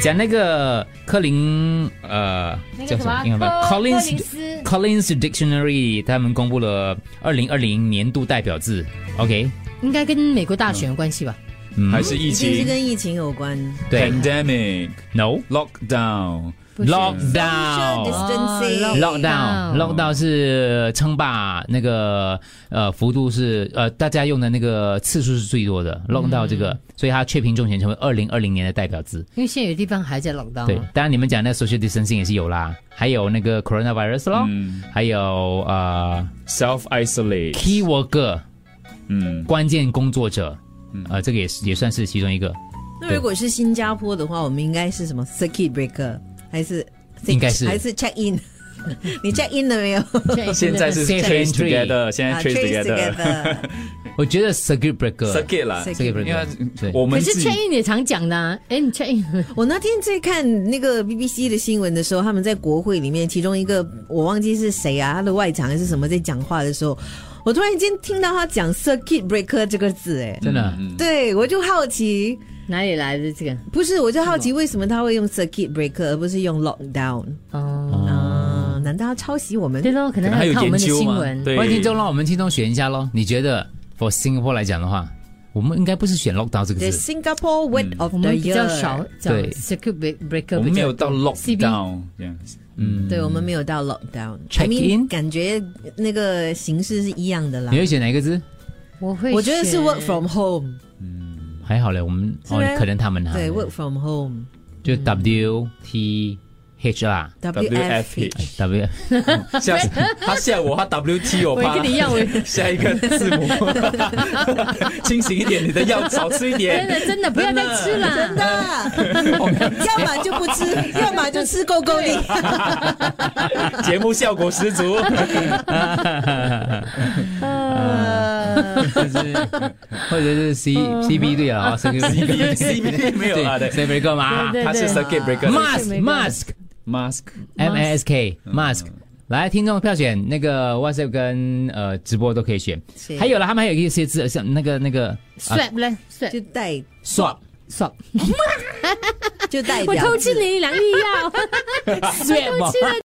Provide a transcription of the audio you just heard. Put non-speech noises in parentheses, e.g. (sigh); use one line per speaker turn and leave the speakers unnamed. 讲那个柯林呃
那
叫
个
什
什
么
啊
么
英文版
柯柯林
Collins
斯
Collins Dictionary，他们公布了二零二零年度代表字。OK，
应该跟美国大选有关系吧？
嗯，
还是疫
一定是
情
跟疫情有关。
对
，pandemic
，No
lockdown，
不是
Social
lockdown。
哦
distancing，
Lockdown，Lockdown
Lockdown
是称霸那个呃幅度是呃大家用的那个次数是最多的
嗯
Lockdown 这个，所以它确评中选成为二零二零年的代表字。
因为现在有地方还在
哦
lockdown
对
啊，
当然你们讲那 social distancing 也是有啦，还有那个 coronavirus 咯，
嗯
还有呃
，self isolate，
key worker
嗯，
关键工作者，呃，这个也是也算是其中一个，
那如果是新加坡的话，我们应该是什么 circuit breaker，还是
应该是
还是 check in？你 (laughs) check in 了没有？
现在是
Safe
trace
entry
together，现在
啊
trace
trace
together，circuit
together，
我觉得 circuit breaker，
啦
Circuit
这个 breaker
因为
对
我
可
们
是
自己
check in 也常讲的、啊，哎，你 check in
我那天在看那个 BBC 的新闻的时候，他们在国会里面，其中一个我忘记是谁啊，他的外长还是什么，在讲话的时候，我突然间听到他讲 circuit breaker 这个字，哎，
真
嗯
的，
对我就好奇，
哪里来的这个？
不是，我就好奇为什么他会用 circuit breaker 而不是用 lockdown
哦，
啊、难道要抄袭我们
对？喽，可能
还
还
有
有看我
研
们的
究
新
嘛
闻，，
对，
欢迎听众，让我们听众选一下咯，你觉得 for Singapore 来讲的话，我们应该不是嗯选 lockdown 这
The
个字，
Singapore word of
我
the
们
year，
比较少讲
对
circuit break- breaker，
我们没有到
比较多 CB
lockdown 这样子，
嗯，
对我们没有到 lockdown。
Check
I mean，
in
感觉那个形式是一样的啦
你。会选哪一个字？
我会
我觉得是
选
work from home，
还好嘞，我们
是
哦
吗，
可能他们啊，
对，work from home。
就 W T H 啦
WFP
WFH
，W
(laughs) 吓死他吓我，他 WT 我
我也
怕
跟你一样，我
(laughs) 下一个字母，清醒一点，你的药少吃一
真
点。
的真的不要再吃了。
啊，
(laughs)
要么就不吃，要么就吃够够力。
节目效果十足。
呃
或者是 C C B 对啊，C B
C B 没有啊，
对，C
对，
B 干嘛
对对
他是 circuit breaker
？Mask Mask
mask。
M A S K Mask。来，听众票选那个 WhatsApp 跟呃直播都可以选，还有了，他们还有一些字，像那个那个
swap 嘞
就
，swap
代
swap
swap，
就代
我
表
偷吃你两亿药。
swap，